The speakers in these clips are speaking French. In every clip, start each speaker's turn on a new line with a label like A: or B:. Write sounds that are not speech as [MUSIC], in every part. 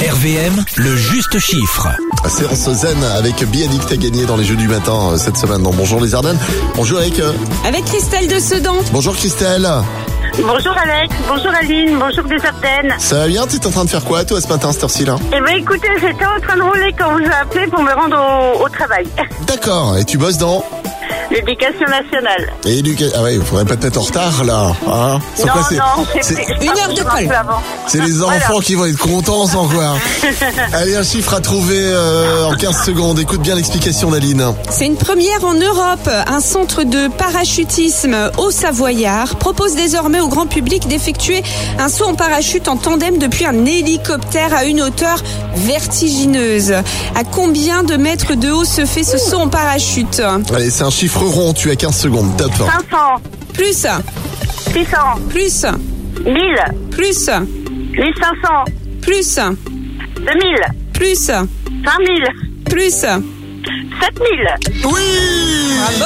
A: RVM, le juste chiffre.
B: Séance zen avec Bianic t'a gagné dans les jeux du matin euh, cette semaine. dans Bonjour les Ardennes. Bonjour avec.
C: Avec Christelle de Sedan.
B: Bonjour Christelle.
D: Bonjour Alex, bonjour Aline, bonjour Desardennes.
B: Ça va bien T'es en train de faire quoi toi ce matin, cette heure-ci là
D: Eh ben écoutez, j'étais en train de rouler quand vous avez appelé pour me rendre au, au travail. [LAUGHS]
B: D'accord. Et tu bosses dans
D: L'éducation nationale.
B: Éducation. Ah ouais, faudrait pas être en retard là. Hein Sans
D: non,
B: quoi, c'est-
D: non, j'ai
B: c'est-
D: pris- je
C: Une
D: pars
C: heure de
D: toujours un
C: colle.
D: peu avant.
B: C'est les enfants
D: Voilà.
B: qui vont être contents sans quoi. Allez, un chiffre à trouver euh, en 15 secondes. Écoute bien l'explication d'Aline.
C: C'est une première en Europe. Un centre de parachutisme au Savoyard propose désormais au grand public d'effectuer un saut en parachute en tandem depuis un hélicoptère à une hauteur vertigineuse. À combien de mètres de haut se fait ce saut en parachute
B: Allez, c'est un chiffre rond. Tu as 15 secondes. Top.
D: 500,
C: Plus,
D: 600,
C: plus,
D: 1000,
C: plus,
D: 1500,
C: plus,
D: 2000,
C: plus,
D: 5000,
C: plus.
D: 7000.
B: Oui.
C: Oh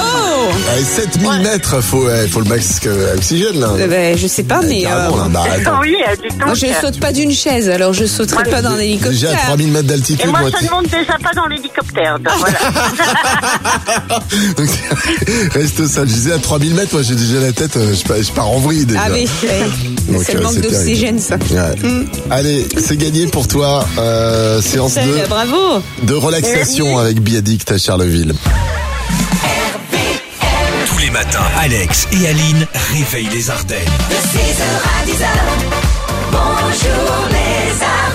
B: Allez, 7000 mètres. Faut, ouais, faut le max que- oxygène là.
C: Euh, ben, Je sais pas, mais... euh,
B: Carrément, là. Bah, attends.
D: Oui, euh, dites
C: moi,
D: donc.
C: je saute pas d'une chaise, alors je sauterai pas d'un hélicoptère.
B: Déjà à 3000 mètres
D: Et
B: d'altitude.
D: moi,
B: moi,
D: ça
B: tu-
D: ne monte déjà pas dans l'hélicoptère. donc voilà.
B: [LAUGHS] Donc, [LAUGHS] reste ça. Je disais à 3000 mètres, moi j'ai déjà la tête, euh, je pars, je pars en vrille déjà.
C: Ah oui,
B: Donc,
C: ça
B: euh,
C: manque
B: c'est terrible.
C: d'oxygène ça. Mm.
B: Ouais. Allez, c'est gagné pour toi. euh, séance
C: Salut,
B: 2
C: bravo
B: de
C: Eh
B: relaxation avec Biadict à Charleville.
A: Tous les matins, Alex et Aline réveillent les Ardennes.
E: De 6h à 10h, bonjour les Ardennes.